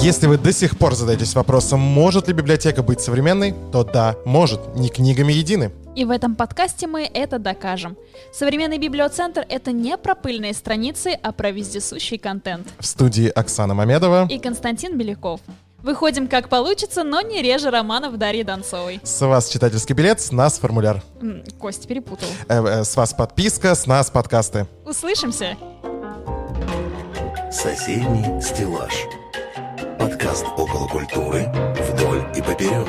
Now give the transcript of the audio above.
Если вы до сих пор задаетесь вопросом, может ли библиотека быть современной, то да, может, не книгами едины. И в этом подкасте мы это докажем. Современный библиоцентр — это не про пыльные страницы, а про вездесущий контент. В студии Оксана Мамедова. И Константин Беляков. Выходим как получится, но не реже романов Дарьи Донцовой. С вас читательский билет, с нас формуляр. М, Кость перепутал. Э, э, с вас подписка, с нас подкасты. Услышимся! Соседний стеллаж. Подкаст около культуры вдоль и поперек.